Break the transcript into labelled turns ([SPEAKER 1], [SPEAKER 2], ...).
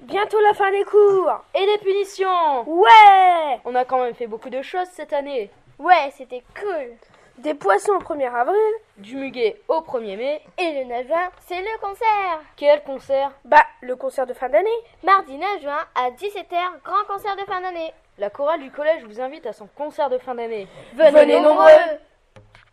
[SPEAKER 1] Bientôt la fin des cours
[SPEAKER 2] Et des punitions
[SPEAKER 1] Ouais
[SPEAKER 2] On a quand même fait beaucoup de choses cette année.
[SPEAKER 3] Ouais, c'était cool.
[SPEAKER 1] Des poissons au 1er avril
[SPEAKER 2] Du muguet au 1er mai.
[SPEAKER 3] Et le 9 juin, c'est le concert.
[SPEAKER 2] Quel concert
[SPEAKER 1] Bah, le concert de fin d'année
[SPEAKER 3] Mardi 9 juin à 17h, grand concert de fin d'année.
[SPEAKER 2] La chorale du collège vous invite à son concert de fin d'année.
[SPEAKER 1] Venez nombreux